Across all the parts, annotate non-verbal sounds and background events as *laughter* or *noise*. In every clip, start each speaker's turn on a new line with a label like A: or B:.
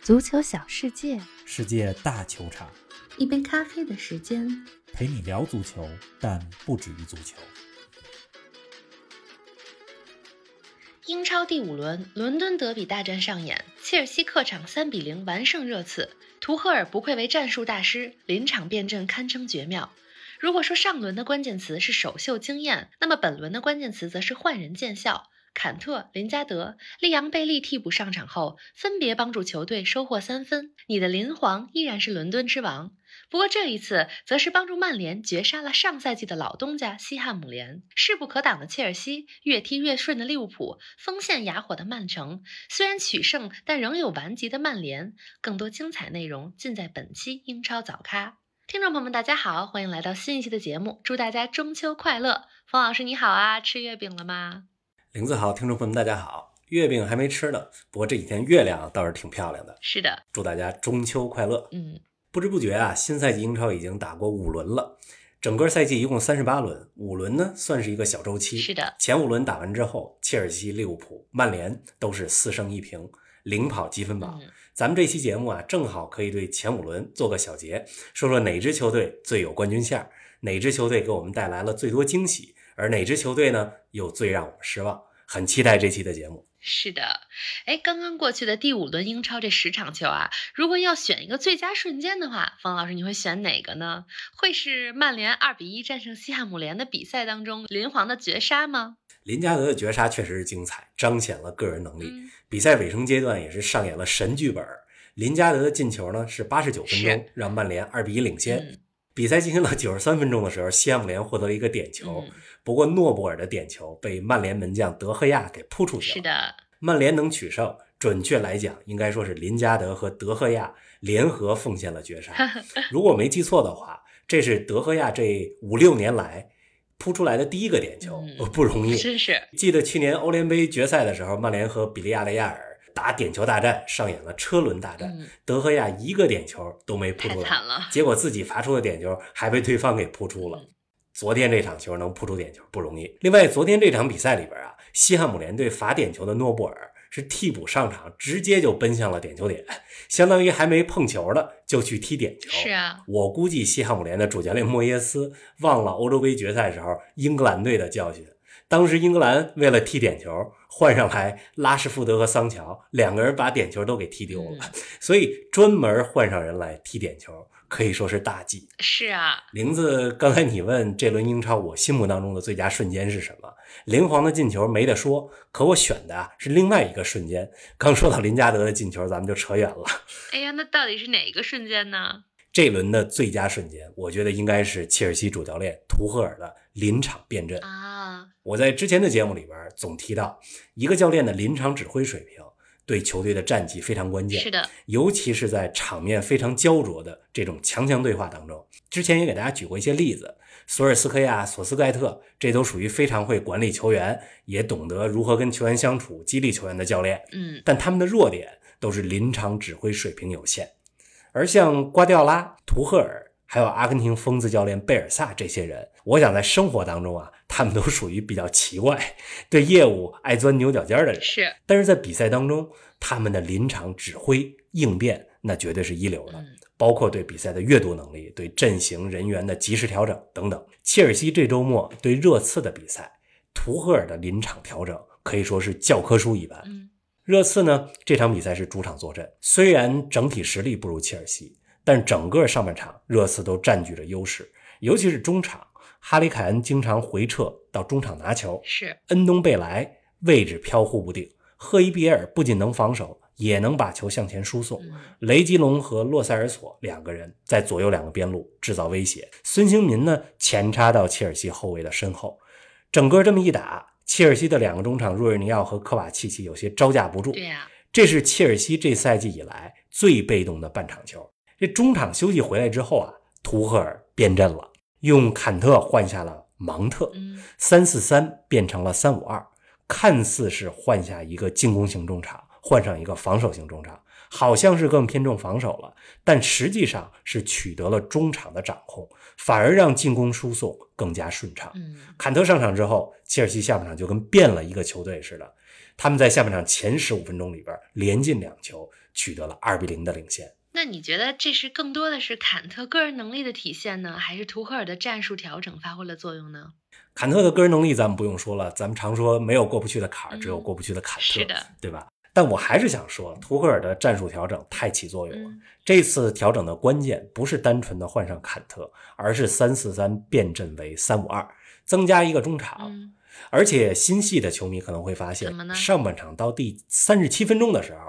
A: 足球小世界，
B: 世界大球场，
A: 一杯咖啡的时间。
B: 陪你聊足球，但不止于足球。
C: 英超第五轮，伦敦德比大战上演，切尔西客场三比零完胜热刺。图赫尔不愧为战术大师，临场变阵堪称绝妙。如果说上轮的关键词是首秀经验，那么本轮的关键词则是换人见效。坎特、林加德、利昂贝利替补上场后，分别帮助球队收获三分。你的林皇依然是伦敦之王，不过这一次则是帮助曼联绝杀了上赛季的老东家西汉姆联。势不可挡的切尔西，越踢越顺的利物浦，锋线哑火的曼城，虽然取胜，但仍有顽疾的曼联。更多精彩内容尽在本期英超早咖。听众朋友们，大家好，欢迎来到新一期的节目，祝大家中秋快乐！冯老师你好啊，吃月饼了吗？
D: 林子好，听众朋友们，大家好！月饼还没吃呢，不过这几天月亮倒是挺漂亮的。
C: 是的，
D: 祝大家中秋快乐！
C: 嗯，
D: 不知不觉啊，新赛季英超已经打过五轮了，整个赛季一共三十八轮，五轮呢算是一个小周期。
C: 是的，
D: 前五轮打完之后，切尔西、利物浦、曼联都是四胜一平，领跑积分榜。
C: 嗯
D: 咱们这期节目啊，正好可以对前五轮做个小结，说说哪支球队最有冠军相，哪支球队给我们带来了最多惊喜，而哪支球队呢又最让我们失望。很期待这期的节目。
C: 是的，哎，刚刚过去的第五轮英超这十场球啊，如果要选一个最佳瞬间的话，方老师你会选哪个呢？会是曼联二比一战胜西汉姆联的比赛当中林皇的绝杀吗？
D: 林加德的绝杀确实是精彩，彰显了个人能力。
C: 嗯，
D: 比赛尾声阶段也是上演了神剧本儿。林加德的进球呢是八十九分钟
C: 是，
D: 让曼联二比一领先。
C: 嗯
D: 比赛进行到九十三分钟的时候，西汉姆联获得了一个点球，
C: 嗯
D: 不过诺博尔的点球被曼联门将德赫亚给扑出去了。
C: 是的，
D: 曼联能取胜，准确来讲，应该说是林加德和德赫亚联合奉献了绝
C: *laughs*
D: 杀。如果没记错的话，这是德赫亚这五六年来扑出来的第一个点球，
C: 嗯
D: 呃不容易。
C: 真是
D: 记得去年欧联杯决赛的时候，曼联和比利亚雷亚尔打点球大战，上演了车轮大战，
C: 嗯
D: 德赫亚一个点球都没扑
C: 太
D: 出来，
C: 惨了，
D: 结果自己罚出的点球还被对方给扑出了
C: 嗯。
D: 昨天这场球能扑出点球不容易。另外，昨天这场比赛里边啊，西汉姆联队罚点球的诺布尔是替补上场，直接就奔向了点球点，相当于还没碰球呢就去踢点球。
C: 是啊，
D: 我估计西汉姆联的主教练莫耶斯忘了欧洲杯决赛时候英格兰队的教训。当时英格兰为了踢点球，换上来拉什福德和桑乔两个人把点球都给踢丢了， *laughs* 所以专门换上人来踢点球可以说是大忌。
C: 是啊，
D: 玲子，刚才你问这轮英超我心目当中的最佳瞬间是什么？林皇的进球没得说，可我选的啊是另外一个瞬间。刚说到林加德的进球，咱们就扯远了。
C: 哎呀，那到底是哪一个瞬间呢？
D: 这轮的最佳瞬间，我觉得应该是切尔西主教练图赫尔的临场变阵。
C: 啊，
D: 我在之前的节目里边总提到，一个教练的临场指挥水平对球队的战绩非常关键。
C: 是的，
D: 尤其是在场面非常焦灼的这种强强对话当中。之前也给大家举过一些例子，索尔斯克亚、索斯盖特，这都属于非常会管理球员，也懂得如何跟球员相处、激励球员的教练。
C: 嗯，
D: 但他们的弱点都是临场指挥水平有限。而像瓜迪奥拉、图赫尔，还有阿根廷疯子教练贝尔萨这些人，我想在生活当中啊，他们都属于比较奇怪， *laughs* 对业务爱钻牛角尖儿的人。
C: 是，
D: 但是在比赛当中，他们的临场指挥应变那绝对是一流的，
C: 嗯，
D: 包括对比赛的阅读能力、对阵型人员的及时调整等等。切尔西这周末对热刺的比赛，图赫尔的临场调整可以说是教科书一般。
C: 嗯，
D: 热刺呢，这场比赛是主场坐镇，虽然整体实力不如切尔西，但整个上半场热刺都占据着优势，尤其是中场，哈里凯恩经常回撤到中场拿球，
C: 是，
D: 恩东贝莱位置飘忽不定，赫伊比尔不仅能防守，也能把球向前输送。
C: 嗯，
D: 雷吉隆和洛塞尔索两个人在左右两个边路制造威胁，孙兴民呢前插到切尔西后卫的身后，整个这么一打，切尔西的两个中场若日尼奥和科瓦契奇有些招架不住。
C: 对啊呀，
D: 这是切尔西这赛季以来最被动的半场球。这中场休息回来之后啊，图赫尔变阵了，用坎特换下了芒特。
C: 嗯，
D: 三四三变成了三五二，看似是换下一个进攻型中场，换上一个防守型中场，好像是更偏重防守了，但实际上是取得了中场的掌控，反而让进攻输送更加顺畅。
C: 嗯，
D: 坎特上场之后，切尔西下半场就跟变了一个球队似的。他们在下半场前十五分钟里边连进两球，取得了二比零的领先。
C: 那你觉得这是更多的是坎特个人能力的体现呢，还是图赫尔的战术调整发挥了作用呢？
D: 坎特的个人能力咱们不用说了，咱们常说没有过不去的坎儿，只有
C: 嗯
D: 过不去的坎特，
C: 是的，
D: 对吧？但我还是想说，图赫尔的战术调整太起作用了。
C: 嗯
D: 这次调整的关键不是单纯的换上坎特，而是三四三变阵为三五二，增加一个中场。
C: 嗯，
D: 而且心细的球迷可能会发现
C: 怎么，呢
D: 上半场到第三十七分钟的时候，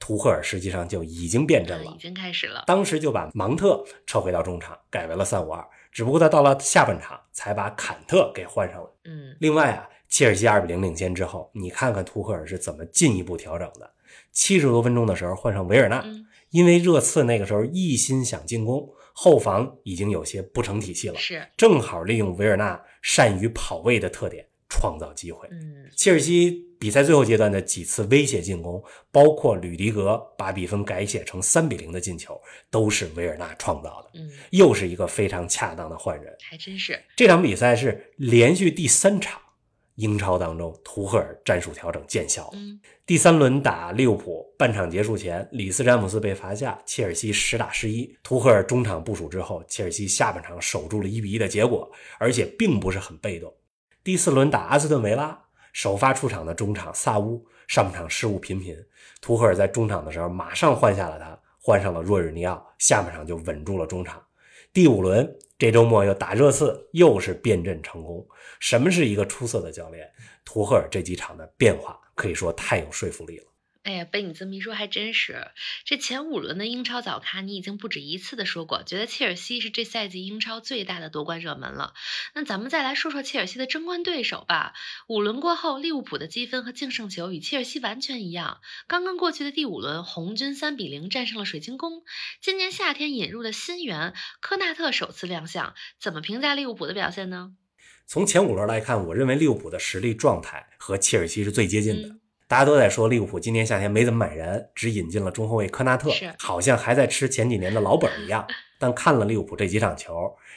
D: 图赫尔实际上就已经变阵
C: 嗯
D: 了
C: 已。经开始了。
D: 当时就把芒特撤回到中场，改为了三五二。只不过他到了下半场才把坎特给换上了。
C: 嗯
D: 另外啊，切尔西二比零领先之后，你看看图赫尔是怎么进一步调整的。七十多分钟的时候换上维尔纳，
C: 嗯，
D: 因为热刺那个时候一心想进攻，后防已经有些不成体系了，
C: 是，
D: 正好利用维尔纳善于跑位的特点创造机会。
C: 嗯
D: 切尔西比赛最后阶段的几次威胁进攻，包括吕迪格把比分改写成三比零的进球，都是维尔纳创造的，
C: 嗯，
D: 又是一个非常恰当的换人。
C: 还真是。
D: 这场比赛是连续第三场英超当中，图赫尔战术调整见效了。
C: 嗯
D: 第三轮打利物浦，半场结束前，里斯詹姆斯被罚下，切尔西十打十一。图赫尔中场部署之后，切尔西下半场守住了一比一的结果，而且并不是很被动。第四轮打阿斯顿维拉，首发出场的中场萨乌上半场失误频频，图赫尔在中场的时候马上换下了他，换上了若日尼奥，下半场就稳住了中场。第五轮，这周末又打热刺，又是变阵成功。什么是一个出色的教练？图赫尔这几场的变化可以说太有说服力了。
C: 哎呀，被你这么一说，还真是。这前五轮的英超早咖，你已经不止一次的说过，觉得切尔西是这赛季英超最大的夺冠热门了。那咱们再来说说切尔西的争冠对手吧。五轮过后，利物浦的积分和净胜球与切尔西完全一样。刚刚过去的第五轮，红军三比零战胜了水晶宫。今年夏天引入的新援科纳特首次亮相，怎么评价利物浦的表现呢？
D: 从前五轮来看，我认为利物浦的实力状态和切尔西是最接近的。大家都在说利物浦今年夏天没怎么买人，只引进了中后卫科纳特
C: 是，
D: 好像还在吃前几年的老本儿一样。但看了利物浦这几场球，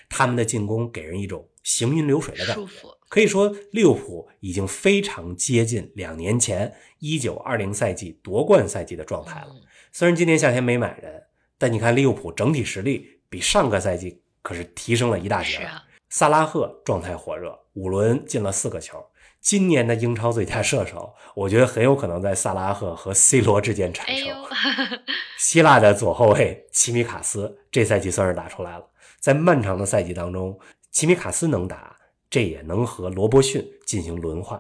D: 他们的进攻给人一种行云流水的
C: 嗯，
D: 感
C: 束
D: 觉。
C: 缚，
D: 可以说，利物浦已经非常接近两年前一九二零赛季夺冠赛季的状态了。
C: 嗯
D: 虽然今年夏天没买人，但你看利物浦整体实力比上个赛季可是提升了一大截
C: 是
D: 儿。
C: 啊，
D: 萨拉赫状态火热，五轮进了四个球。今年的英超最佳射手，我觉得很有可能在萨拉赫和 C 罗之间
C: 哎
D: 产生。
C: 呦，
D: 希腊的左后卫齐米卡斯这赛季算是打出来了，在漫长的赛季当中，齐米卡斯能打，这也能和罗伯逊进行轮换。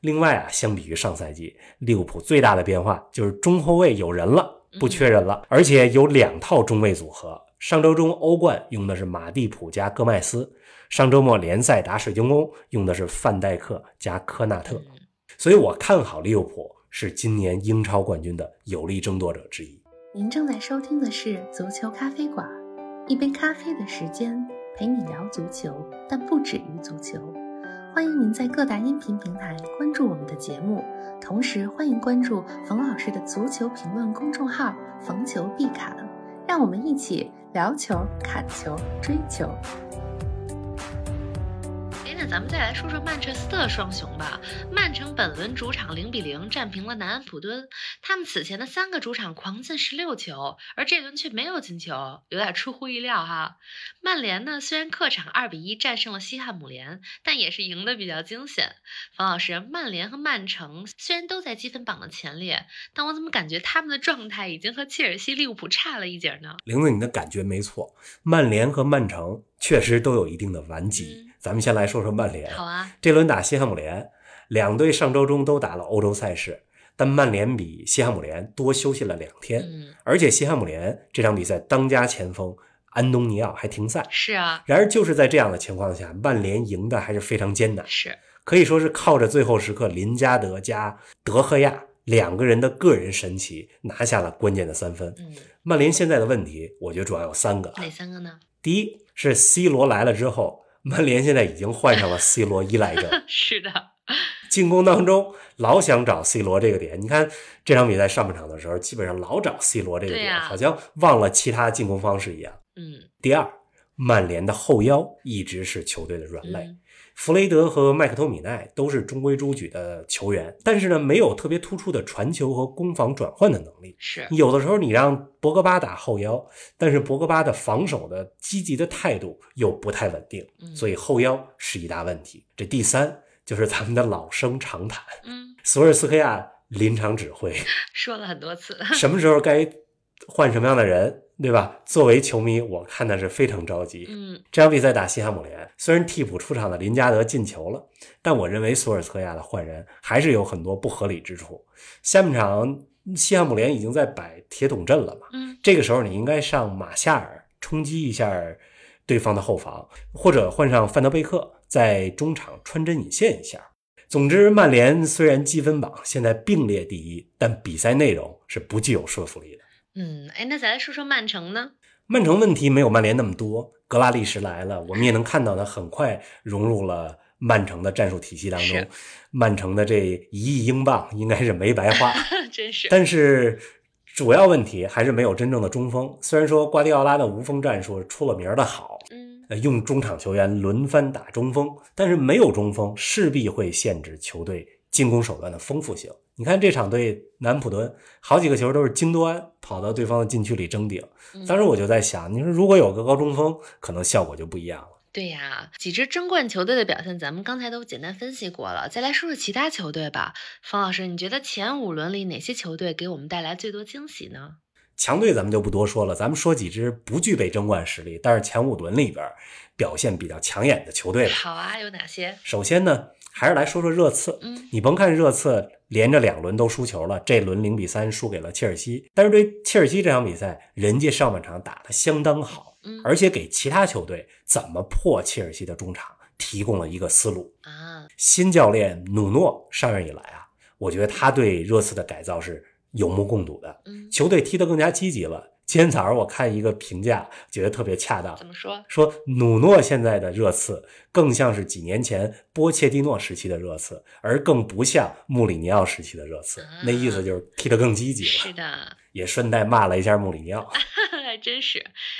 D: 另外啊，相比于上赛季，利物浦最大的变化就是中后卫有人了，不缺人了，而且有两套中卫组合。上周中欧冠用的是马蒂普加戈麦斯，上周末联赛打水晶宫用的是范戴克加科纳特，
C: *laughs* 嗯
D: 所以我看好利物浦是今年英超冠军的有力争夺者之一。
A: 您正在收听的是《足球咖啡馆》，一杯咖啡的时间陪你聊足球，但不止于足球。欢迎您在各大音频平台关注我们的节目，同时欢迎关注冯老师的足球评论公众号“冯球必侃”，让我们一起聊球、砍球、追球。
C: 哎，那咱们再来说说曼彻斯特双雄吧。曼城本轮主场零比零战平了南安普敦，他们此前的三个主场狂进十六球，而这轮却没有进球，有点出乎意料哈。曼联呢，虽然客场二比一战胜了西汉姆联，但也是赢得比较惊险。冯老师，曼联和曼城虽然都在积分榜的前列，但我怎么感觉他们的状态已经和切尔西、利物浦差了一截儿呢？
D: 玲子，你的感觉没错，曼联和曼城确实都有一定的顽疾。
C: 嗯
D: 咱们先来说说曼联，
C: 好啊，
D: 这轮打西汉姆联，两队上周中都打了欧洲赛事，但曼联比西汉姆联多休息了两天，
C: 嗯，
D: 而且西汉姆联这场比赛当家前锋安东尼奥还停赛。
C: 是啊，
D: 然而就是在这样的情况下，曼联赢的还是非常艰难，
C: 是，
D: 可以说是靠着最后时刻林加德加德赫亚两个人的个人神奇拿下了关键的三分。
C: 嗯，
D: 曼联现在的问题，我觉得主要有三个啊。
C: 哪三个呢？ *laughs*
D: 第一是 C 罗来了之后，曼联现在已经患上了 C 罗依赖症，
C: *laughs* 是的，
D: 进攻当中老想找 C 罗这个点。你看这场比赛上半场的时候，基本上老找 C 罗这个
C: 对
D: 点，
C: 呀
D: 好像忘了其他进攻方式一样。
C: 嗯，
D: 第二，曼联的后腰一直是球队的软肋。
C: 嗯
D: 弗雷德和麦克托米奈都是中规中矩的球员，但是呢，没有特别突出的传球和攻防转换的能力。
C: 是
D: 有的时候你让博格巴打后腰，但是博格巴的防守的积极的态度又不太稳定，
C: 嗯
D: 所以后腰是一大问题。这第三就是咱们的老生常谈，
C: 嗯，
D: 索尔斯克亚临场指
C: *laughs*
D: 挥，
C: 说了很多次，
D: 什么时候该换什么样的人，对吧？作为球迷，我看的是非常着急。
C: 嗯
D: 这场比赛打西汉姆联，虽然替补出场的林加德进球了，但我认为索尔斯克亚的换人还是有很多不合理之处。下半场西汉姆联已经在摆铁桶阵了嘛，
C: 嗯
D: 这个时候你应该上马夏尔冲击一下对方的后防，或者换上范德贝克在中场穿针引线一下。总之，曼联虽然积分榜现在并列第一，但比赛内容是不具有说服力的。
C: 嗯，哎，那咱来说说曼城呢？ *laughs*
D: 曼城问题没有曼联那么多，格拉利什来了，我们也能看到他很快融入了曼城的战术体系当中
C: 是。
D: 曼城的这一亿英镑应该是没白花，
C: 真是，
D: 但是主要问题还是没有真正的中锋。虽然说瓜迪奥拉的无锋战术出了名儿的好，
C: 嗯
D: 呃用中场球员轮番打中锋，但是没有中锋势必会限制球队进攻手段的丰富性。你看这场对南普敦，好几个球都是京多安跑到对方的禁区里争顶。
C: 嗯，
D: 当时我就在想，你说如果有个高中锋，可能效果就不一样了。
C: 对呀，几支争冠球队的表现，咱们刚才都简单分析过了，再来说说其他球队吧。方老师，你觉得前五轮里哪些球队给我们带来最多惊喜呢？
D: 强队咱们就不多说了，咱们说几支不具备争冠实力，但是前五轮里边表现比较抢眼的球队吧。
C: 好啊，有哪些？
D: 首先呢，还是来说说热刺。
C: 嗯
D: 你甭看热刺连着两轮都输球了，这轮零比三输给了切尔西，但是对切尔西这场比赛，人家上半场打得相当好，
C: 嗯
D: 而且给其他球队怎么破切尔西的中场提供了一个思路。
C: 啊，
D: 新教练努诺上任以来啊，我觉得他对热刺的改造是有目共睹的，
C: 嗯，
D: 球队踢得更加积极了。今天早上我看一个评价，觉得特别恰当
C: 怎，么说？
D: 说努诺现在的热刺更像是几年前波切蒂诺时期的热刺，而更不像穆里尼奥时期的热刺
C: 啊。
D: 那意思就是踢得更积极
C: 是
D: 了，
C: 的， *laughs*
D: 也顺带骂了一下穆里尼奥。
C: 还真是。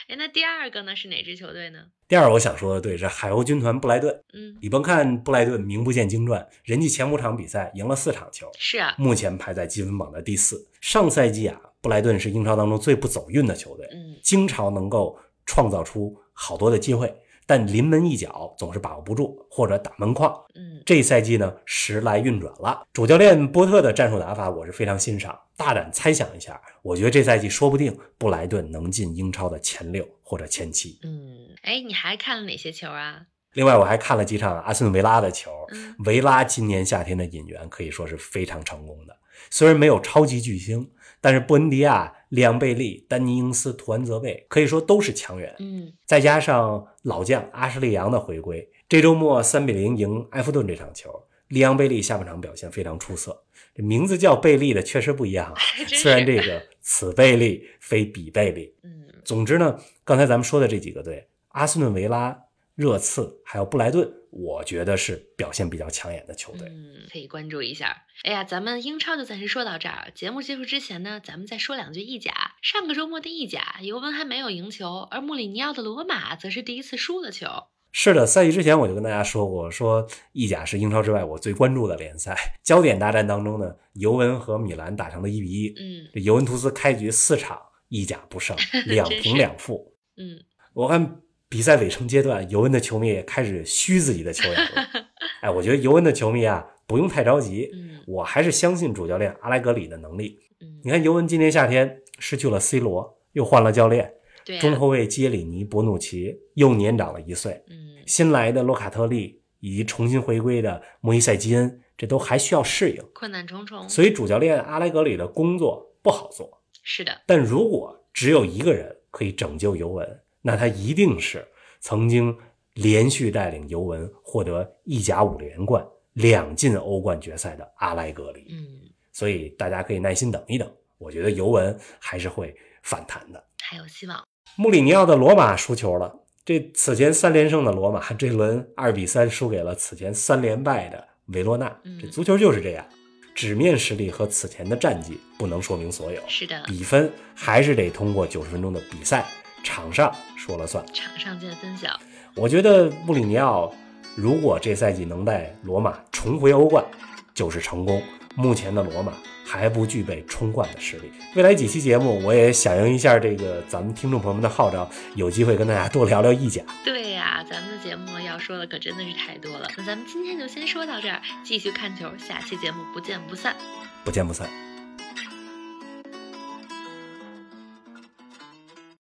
C: 哎，那第二个呢是哪支球队呢？
D: 第二，我想说的对是海鸥军团布莱顿，
C: 嗯，
D: 你甭看布莱顿名不见经传，人家前五场比赛赢了四场球，
C: 是啊，
D: 目前排在积分榜的第四。上赛季啊，布莱顿是英超当中最不走运的球队，
C: 嗯
D: 经常能够创造出好多的机会，但临门一脚总是把握不住或者打门框。
C: 嗯
D: 这一赛季呢，时来运转了。主教练波特的战术打法我是非常欣赏，大胆猜想一下，我觉得这赛季说不定布莱顿能进英超的前六或者前七。
C: 嗯。哎，你还看了哪些球啊？
D: 另外，我还看了几场阿森维拉的球， *laughs*
C: 嗯
D: 维拉今年夏天的引援可以说是非常成功的，虽然没有超级巨星，但是布恩迪亚、利昂贝利、丹尼英斯、图安泽贝可以说都是强援，
C: 嗯
D: 再加上老将阿什利杨的回归，这周末三比零赢埃弗顿这场球，利昂贝利下半场表现非常出色。这名字叫贝利的确实不一样啊，
C: 还真
D: 虽然
C: 是
D: 这个此贝利非彼贝利，
C: 嗯
D: 总之呢，刚才咱们说的这几个队，阿斯顿维拉、热刺还有布莱顿，我觉得是表现比较抢眼的球队。
C: 嗯，可以关注一下。哎呀，咱们英超就暂时说到这儿。节目结束之前呢，咱们再说两句意甲。上个周末的意甲，尤文还没有赢球，而穆里尼奥的罗马则是第一次输了球。
D: 是的，赛季之前我就跟大家说过，说意甲是英超之外我最关注的联赛。焦点大战当中呢，尤文和米兰打成了一比一，
C: 嗯
D: 这尤文图斯开局四场意甲不胜，两平两负。
C: 嗯，
D: 我看比赛尾声阶段，尤文的球迷也开始虚自己的球员了。哎，我觉得尤文的球迷啊，不用太着急，
C: 嗯
D: 我还是相信主教练阿莱格里的能力。
C: 嗯
D: 你，看尤文今年夏天失去了 C 罗，又换了教练，
C: 对、
D: 中
C: 啊，
D: 后卫基耶里尼·博努奇又年长了一岁，
C: 嗯
D: 新来的洛卡特利以及重新回归的莫伊塞基恩，这都还需要适应。
C: 困难重重。
D: 所以主教练阿莱格里的工作不好做，
C: 是的，
D: 但如果只有一个人可以拯救尤文，那他一定是曾经连续带领尤文获得意甲五连冠、两进欧冠决赛的阿莱格里。
C: 嗯，
D: 所以大家可以耐心等一等，我觉得尤文还是会反弹的。
C: 还有希望。
D: 穆里尼奥的罗马输球了，这此前三连胜的罗马，这轮二比三输给了此前三连败的维罗纳
C: 嗯。
D: 这足球就是这样，纸面实力和此前的战绩不能说明所有，
C: 是的，
D: 比分还是得通过九十分钟的比赛，场上说了算。
C: 场上见分晓。
D: 我觉得穆里尼奥如果这赛季能带罗马重回欧冠，就是成功。目前的罗马还不具备冲冠的实力。未来几期节目，我也响应一下这个咱们听众朋友们的号召，有机会跟大家多聊聊意甲。
C: *laughs* 对呀、咱们的节目要说的可真的是太多了。那咱们今天就先说到这儿，继续看球，下期节目不见不散。
D: 不见不散。